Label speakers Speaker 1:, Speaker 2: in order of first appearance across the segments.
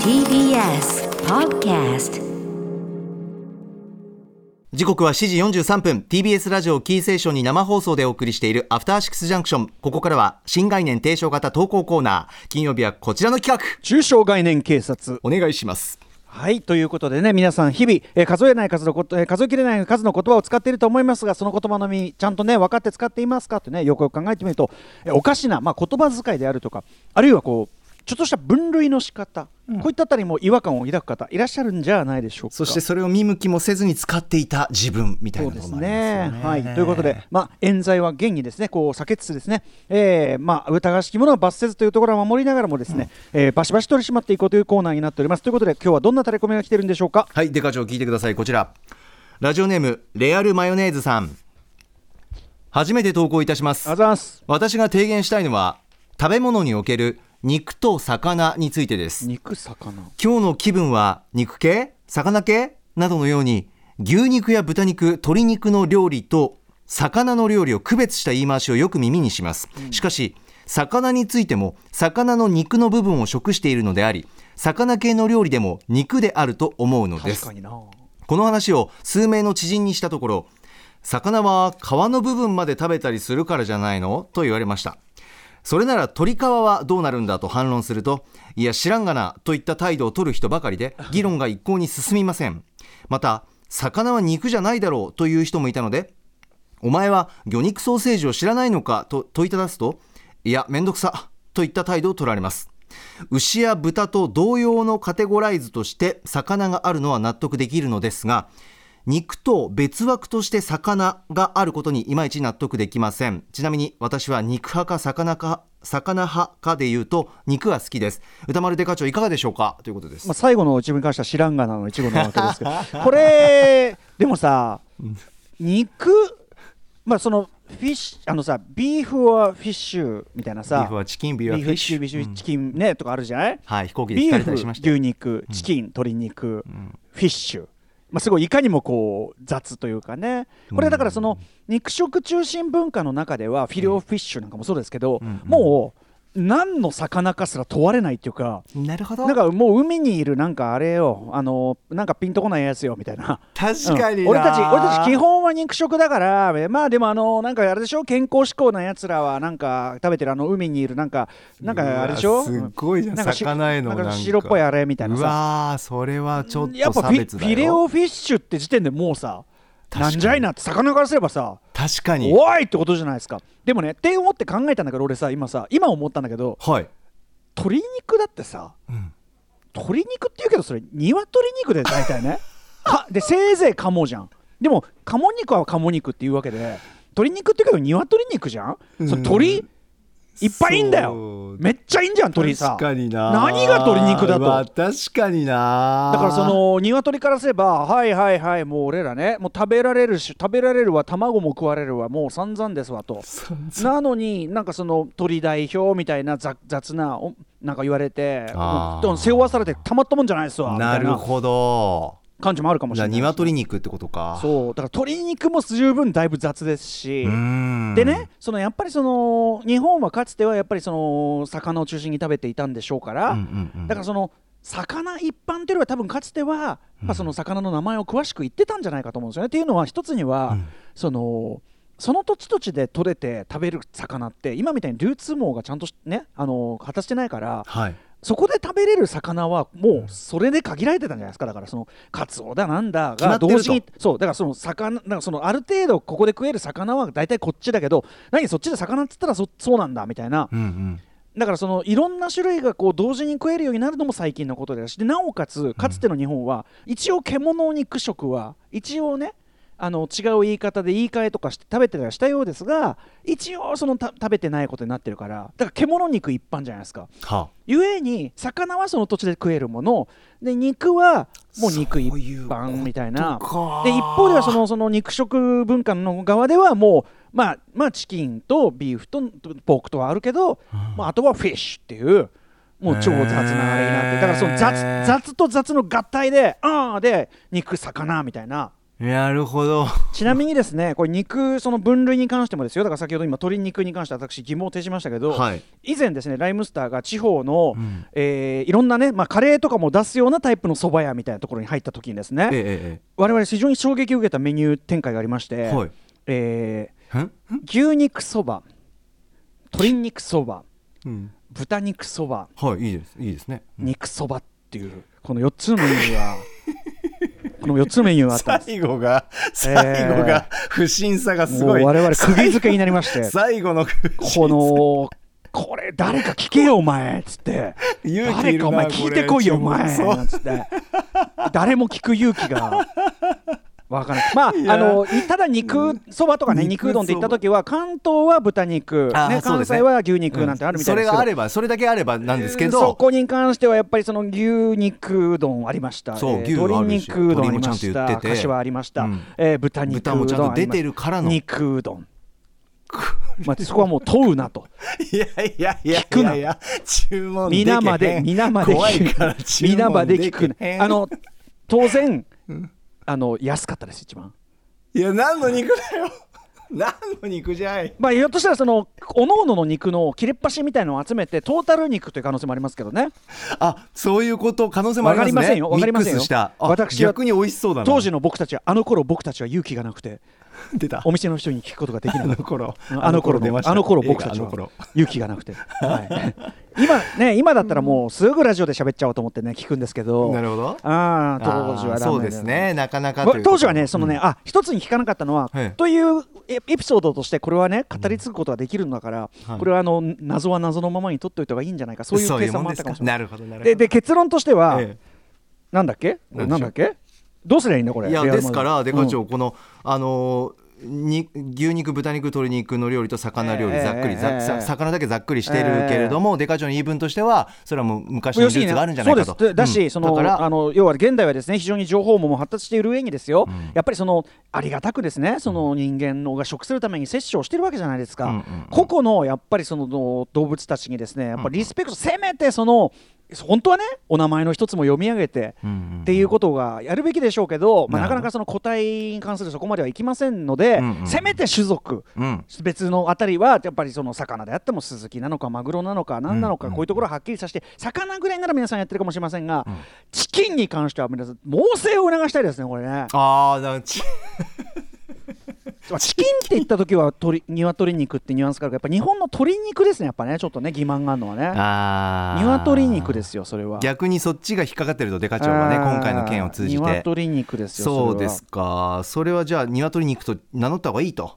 Speaker 1: TBS Podcast
Speaker 2: 時刻は7時43分 TBS ラジオキーセーションに生放送でお送りしているアフターシックスジャンクションここからは新概念提唱型投稿コーナー金曜日はこちらの企画
Speaker 3: 中小概念警察
Speaker 2: お願いします
Speaker 3: はいということでね皆さん日々、えー数えない数のこと、えー数えきれない数の言葉を使っていると思いますがその言葉の意味ちゃんとね分かって使っていますかってねよくよく考えてみると、えーおかしな、まあ、言葉遣いであるとかあるいはこうちょっとした分類の仕方、こういったあたりも違和感を抱く方いらっしゃるんじゃないでしょうか。
Speaker 2: そしてそれを見向きもせずに使っていた自分みたい
Speaker 3: そう
Speaker 2: な
Speaker 3: で
Speaker 2: の
Speaker 3: す
Speaker 2: もありますよ
Speaker 3: ね
Speaker 2: ね。
Speaker 3: はい、ということで、まあ、冤罪は現にですねこう避けつつですね、えーまあ、疑わしきものは罰せずというところは守りながらもですね、えーバシバシ取り締まっていこうというコーナーになっております。ということで今日はどんなタレコミが来てるんでしょうか
Speaker 2: はいデカ長聞いてくださいこちらラジオネームレアルマヨネーズさん初めて投稿いたします
Speaker 3: あざます
Speaker 2: 私が提言したいのは食べ物における肉と魚についてです
Speaker 3: 肉魚
Speaker 2: 今日の気分は肉系魚系などのように牛肉や豚肉鶏肉の料理と魚の料理を区別した言い回しをよく耳にします、しかし魚についても魚の肉の部分を食しているのであり魚系の料理でも肉であると思うので
Speaker 3: 確
Speaker 2: す
Speaker 3: かにな
Speaker 2: この話を数名の知人にしたところ魚は皮の部分まで食べたりするからじゃないのと言われましたそれなら鶏皮はどうなるんだと反論するといや知らんがなといった態度を取る人ばかりで議論が一向に進みませんまた魚は肉じゃないだろうという人もいたのでお前は魚肉ソーセージを知らないのかと問いただすと、いや、めんどくさといった態度を取られます。牛や豚と同様のカテゴライズとして魚があるのは納得できるのですが、肉と別枠として魚があることにいまいち納得できません。ちなみに私は肉派か魚か、魚派かで言うと肉が好きです。歌丸デカ長いかがでしょうかということです。
Speaker 3: まあ、最後の自分からしたら知らんがなの一語なわけですけ どこれでもさ肉まあそのフィッシュあのさビーフはフィッシュみたいなさ
Speaker 2: ビーフはチキンビーフは
Speaker 3: ビーフィッシュビーフィッシュチキンね、とかあるじゃない
Speaker 2: はい、飛行機で
Speaker 3: ビ
Speaker 2: 聞かれ
Speaker 3: ー
Speaker 2: た
Speaker 3: フ
Speaker 2: りしました。
Speaker 3: 牛肉チキン、鶏肉、フィッシュまあ、すごいいかにもこう雑というかねこれだからその肉食中心文化の中ではフィレオフィッシュなんかもそうですけど、もう何の魚かすら問われないっていうか
Speaker 2: なるほど
Speaker 3: なんかもう海にいるなんかあれよあのなんかピンとこないやつよみたいな
Speaker 2: 確かにな、
Speaker 3: うん俺たち俺たち基本は肉食だからえまあでもあのなんかあれでしょ健康志向なやつらはなんか食べてるあの海にいるなんかなんかあれでしょ
Speaker 2: うわすっごいじゃん
Speaker 3: うし
Speaker 2: 魚への
Speaker 3: なん
Speaker 2: な
Speaker 3: か
Speaker 2: んか
Speaker 3: 白っぽいあれみたいうなさ
Speaker 2: わーそれはちょっと
Speaker 3: やっぱ
Speaker 2: 差
Speaker 3: フィ
Speaker 2: 別
Speaker 3: フ
Speaker 2: だよ
Speaker 3: ィレオフィッシュって時点でもうさ
Speaker 2: 確か
Speaker 3: な
Speaker 2: に
Speaker 3: んじゃいなって魚からすればさ
Speaker 2: 確かに
Speaker 3: おいってことじゃないですかでもねって思って考えたんだけど俺さ今さ今思ったんだけど
Speaker 2: はい
Speaker 3: 鶏肉だってさ、鶏肉っていうけどそれ鶏肉で大 体ねかでせいぜい鴨じゃんでも鴨肉は鴨肉っていうわけで鶏肉っていうけど鶏肉じゃん、それ鶏いっぱいいんだ
Speaker 2: そ
Speaker 3: よ
Speaker 2: う
Speaker 3: めっちゃいいんじゃん鳥さ
Speaker 2: 確かにな
Speaker 3: 何が鶏肉だ
Speaker 2: うわ
Speaker 3: と
Speaker 2: 確かにな
Speaker 3: だからその鶏からすればはいはいはいもう俺らねもう食べられるし食べられるわ卵も食われるわもう散々ですわとなのになんかその鳥代表みたいな雑雑なおなんか言われて
Speaker 2: あー
Speaker 3: もう背負わされてたまったもんじゃないですわみた
Speaker 2: ないる
Speaker 3: な
Speaker 2: ほど
Speaker 3: 感じもあるかもし
Speaker 2: じゃ
Speaker 3: れ
Speaker 2: あ
Speaker 3: ない
Speaker 2: 鶏肉ってことかう
Speaker 3: そうだから鶏肉も十分だいぶ雑ですし、
Speaker 2: ーん
Speaker 3: でねそのやっぱりその日本はかつてはやっぱりその魚を中心に食べていたんでしょうから、
Speaker 2: うんうんうん
Speaker 3: だからその魚一般というよりは多分かつては、まあ、その魚の名前を詳しく言ってたんじゃないかと思うんですよね。っていうのは一つには、そのその土地土地で取れて食べる魚って今みたいに流通網がちゃんとしねあの果たしてないから
Speaker 2: はい
Speaker 3: そこで食べれる魚はもうそれで限られてたんじゃないですかだからそのカツオだなんだ
Speaker 2: 決まっ
Speaker 3: が
Speaker 2: てると
Speaker 3: 同時にそうだからその魚だからそのある程度ここで食える魚は大体こっちだけど何そっちで魚っつったらそそうなんだみたいな
Speaker 2: うんうん
Speaker 3: だからそのいろんな種類がこう同時に食えるようになるのも最近のことだしでなおかつかつての日本は一応獣肉食は一応ねあの違う言い方で言い換えとかして食べてたりはしたようですが一応そのた食べてないことになってるからだから獣肉一般じゃないですか
Speaker 2: は
Speaker 3: ゆえに魚はその土地で食えるもので肉はもう肉一
Speaker 2: そういうこと
Speaker 3: 般みたいな
Speaker 2: か
Speaker 3: で一方ではそのその肉食文化の側ではもう、まあ、まあチキンとビーフとポークとはあるけど、まあ、あとはフィッシュっていうもう超雑なあれになってだからその雑雑と雑の合体でああで肉魚みたいな
Speaker 2: なるほど
Speaker 3: ちなみにですねこれ肉その分類に関してもですよだから先ほど今鶏肉に関して私疑問を呈しましたけど、
Speaker 2: はい
Speaker 3: 以前ですねライムスターが地方の、えーいろんなね、まあ、カレーとかも出すようなタイプの蕎麦屋みたいなところに入った時にですね、
Speaker 2: えええ
Speaker 3: 我々非常に衝撃を受けたメニュー展開がありまして、
Speaker 2: はい
Speaker 3: え
Speaker 2: えん
Speaker 3: ー牛肉そば鶏肉そば
Speaker 2: うん
Speaker 3: 豚肉そば
Speaker 2: はいいいですいいですね
Speaker 3: 肉そばっていうこの4つのメニューが この4つのメニューがあったんです
Speaker 2: 最後が最後が不審さ がす
Speaker 3: もう
Speaker 2: ごい
Speaker 3: 我々釘付けになりまし て
Speaker 2: 最後の不審さ
Speaker 3: このこれ誰か聞けよお前っつって
Speaker 2: 勇気い
Speaker 3: 誰
Speaker 2: るな
Speaker 3: かお前聞いてこいよお
Speaker 2: これ
Speaker 3: 前
Speaker 2: そう
Speaker 3: なんつって誰も聞く勇気が。わか らないまあ
Speaker 2: いや
Speaker 3: あのただ肉そばとかね
Speaker 2: うん
Speaker 3: 肉うどんって言った時は関東は豚肉、
Speaker 2: あー
Speaker 3: ね、
Speaker 2: そうで
Speaker 3: 関
Speaker 2: すね
Speaker 3: 西は牛肉なんてあるみたいですけど、
Speaker 2: それがあればそれだけあればなんですけ
Speaker 3: そ
Speaker 2: ど
Speaker 3: こに関してはやっぱりその牛肉うどんありました
Speaker 2: そう
Speaker 3: えー
Speaker 2: 牛はあ
Speaker 3: 鶏
Speaker 2: るし
Speaker 3: 肉うどんあり
Speaker 2: 鶏も
Speaker 3: まし
Speaker 2: ちゃんと言
Speaker 3: た
Speaker 2: ってて
Speaker 3: 柏ありました、
Speaker 2: うん
Speaker 3: えー豚肉うど
Speaker 2: 豚
Speaker 3: ん
Speaker 2: もちゃんと出てる
Speaker 3: ありました
Speaker 2: からの
Speaker 3: 肉うどんまあそこはもう問うなと
Speaker 2: いやいやいや
Speaker 3: 聞く
Speaker 2: い
Speaker 3: な
Speaker 2: やいや注文できへん
Speaker 3: 皆まで皆まで
Speaker 2: 怖い
Speaker 3: 聞
Speaker 2: から
Speaker 3: く
Speaker 2: 注
Speaker 3: 皆ま
Speaker 2: 文
Speaker 3: で
Speaker 2: で
Speaker 3: 聞
Speaker 2: き
Speaker 3: くな
Speaker 2: へん
Speaker 3: あの当然あの安かったです一番
Speaker 2: いや何の肉だよ何の肉じゃい
Speaker 3: まあひょっとしたらその各々の肉の切れっ端みたいのを集めてトータル肉という可能性もありますけどね
Speaker 2: あそういうこと可能性もありますね
Speaker 3: わかりませんよわかりませんよ
Speaker 2: ミックスしたあ
Speaker 3: 私は
Speaker 2: 逆に美味しそうだな
Speaker 3: 当時の僕たちはあの頃僕たちは勇気がなくて
Speaker 2: 出た
Speaker 3: お店の人に聞くことができなか
Speaker 2: あ
Speaker 3: った
Speaker 2: の頃
Speaker 3: あの頃
Speaker 2: 出
Speaker 3: の
Speaker 2: ました
Speaker 3: あの頃僕た
Speaker 2: 映
Speaker 3: ち
Speaker 2: 画あ
Speaker 3: は
Speaker 2: の頃
Speaker 3: 勇気がなくて、はい、今ね今だったらもうすぐラジオで喋っちゃおうと思ってね聞くんですけど
Speaker 2: なるほど
Speaker 3: ああ
Speaker 2: あ
Speaker 3: 当
Speaker 2: ー
Speaker 3: 時はダメだな
Speaker 2: そうですねなかなか
Speaker 3: わ
Speaker 2: ということ
Speaker 3: 当時はねそのね、あ一つに聞かなかったのは、
Speaker 2: はい
Speaker 3: というエエピソードとしてこれはね語り継ぐことができるのだから、
Speaker 2: はい
Speaker 3: これはあの謎は謎のままに取っておいた方がいいんじゃないかそういう計算もあったかもしれない
Speaker 2: そういうもんですなるほどなるほど
Speaker 3: でで結論としては、
Speaker 2: え
Speaker 3: なんだっけ
Speaker 2: なんでしょう
Speaker 3: なんだっけどうすりゃいいんだこれ
Speaker 2: いや
Speaker 3: レア
Speaker 2: で
Speaker 3: ルマド
Speaker 2: す
Speaker 3: リー
Speaker 2: からデカ
Speaker 3: う
Speaker 2: 長、
Speaker 3: ん
Speaker 2: このあのーに牛肉豚肉鶏肉の料理と魚料理、
Speaker 3: ええ
Speaker 2: ざっくり、
Speaker 3: ええ
Speaker 2: ざ
Speaker 3: ええ
Speaker 2: さ魚だけざっくりしてるけれども、デカ長の言い分としてはそれはもう昔のル
Speaker 3: 要する
Speaker 2: ー
Speaker 3: に
Speaker 2: ツ
Speaker 3: ね
Speaker 2: があるんじゃないかと
Speaker 3: そうですだし、
Speaker 2: うん
Speaker 3: その
Speaker 2: だから
Speaker 3: あの要は現代はですね非常に情報網も発達している上にですよ、やっぱりそのありがたくですねその人間のが食するために摂取をしてるわけじゃないですか、
Speaker 2: うんうん
Speaker 3: 個々のやっぱりその動物たちにですねやっぱりリスペクト、せめてその本当はねお名前の一つも読み上げて、
Speaker 2: うんうんうん
Speaker 3: っていうことがやるべきでしょうけど、まあ、
Speaker 2: な
Speaker 3: な
Speaker 2: るほど
Speaker 3: かなかその個体に関するそこまではいきませんので、
Speaker 2: うんうん
Speaker 3: せめて種族、
Speaker 2: うん
Speaker 3: 別のあたりはやっぱりその魚であってもスズキなのかマグロなのか何なのかこういうところをはっきりさせて魚ぐらいなら皆さんやってるかもしれませんがチキンに関しては皆さん猛省を促したいですねこれね
Speaker 2: ああだからち
Speaker 3: まあチキンって言った時は鶏鶏肉ってニュアンスがあるからやっぱ日本の鶏肉ですねやっぱねちょっとね疑問 があるのはね
Speaker 2: あー
Speaker 3: 鶏肉ですよそれは
Speaker 2: 逆にそっちが引っかかってるとデカ長はね
Speaker 3: あー
Speaker 2: 今回の件を通じて
Speaker 3: 鶏肉ですよれは
Speaker 2: そうですかそれはじゃあ鶏肉と名乗った方がいいと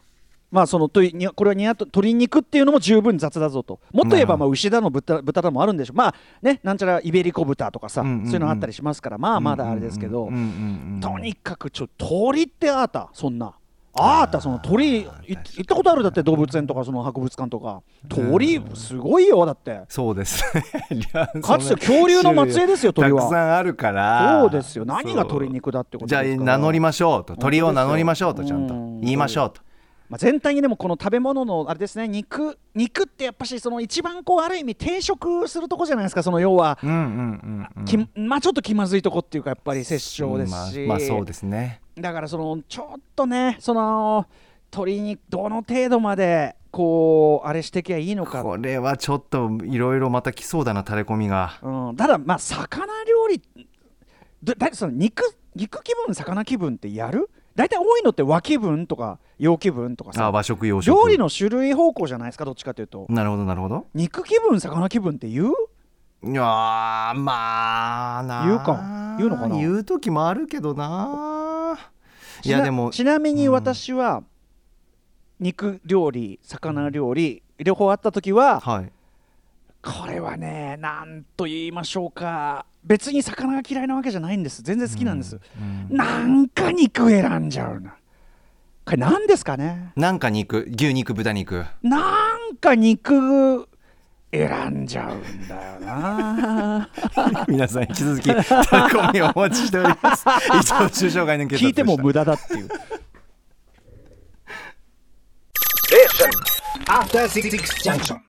Speaker 3: まあそのといにこれはにやと鶏肉っていうのも十分雑だぞともっと言えば
Speaker 2: なる
Speaker 3: まあ牛だの豚豚だもあるんでしょうまあねなんちゃらイベリコ豚とかさ、
Speaker 2: うんうんうん
Speaker 3: そういうのあったりしますからまあまだあれですけど、
Speaker 2: うんうんうんうん
Speaker 3: とにかくちょ鳥ってあーたそんなあーたその鳥い行ったことあるだって動物園とかその博物館とか鳥すごいよだって
Speaker 2: そうですね
Speaker 3: かつて恐竜の末裔ですよ鳥は
Speaker 2: たくさんあるから
Speaker 3: そうですよ何が鶏肉だってこと
Speaker 2: じゃあ
Speaker 3: ですから
Speaker 2: 名乗りましょうと
Speaker 3: 本当です
Speaker 2: 鳥
Speaker 3: よ
Speaker 2: を名乗りましょうとちゃんと
Speaker 3: うん
Speaker 2: 言いましょうと
Speaker 3: まあ、全体にでもこの食べ物のあれですね肉肉ってやっぱしその一番こうある意味定食するとこじゃないですかその要は
Speaker 2: うんうんうんうん
Speaker 3: きまあちょっと気まずいとこっていうかやっぱり殺生ですし、
Speaker 2: まあ、まあそうですね
Speaker 3: だからそのちょっとねその鶏肉どの程度までこうあれしてきゃいいのか、
Speaker 2: これはちょっといろいろまた来そうだな垂れ込みが
Speaker 3: うん、ただまあ魚料理だだいその肉肉気分魚気分ってやる大体多いのって和気分とか洋気分とか
Speaker 2: あ
Speaker 3: さ
Speaker 2: 和食洋食
Speaker 3: 料理の種類方向じゃないですかどっちかというと
Speaker 2: なるほどなるほど
Speaker 3: 肉気分魚気分って言う
Speaker 2: いやーまあな
Speaker 3: 言うか言うのかな
Speaker 2: 言う時もあるけどない
Speaker 3: ち
Speaker 2: や
Speaker 3: な
Speaker 2: でも
Speaker 3: ちなみに私は肉料理魚料理両方あった時は
Speaker 2: はい
Speaker 3: これはねなんと言いましょうか別に魚が嫌いなわけじゃないんです全然好きなんです、なんか肉選んじゃうなこれ何ですかね
Speaker 2: なんか肉牛肉豚肉
Speaker 3: なんか肉選んじゃうんだ よな
Speaker 2: 皆さん引き 続き垂れ込みをお待ちしております 以上中小概念警察で
Speaker 3: 聞
Speaker 2: して
Speaker 3: い
Speaker 2: た
Speaker 3: も無駄だっていう
Speaker 4: After Six Junction.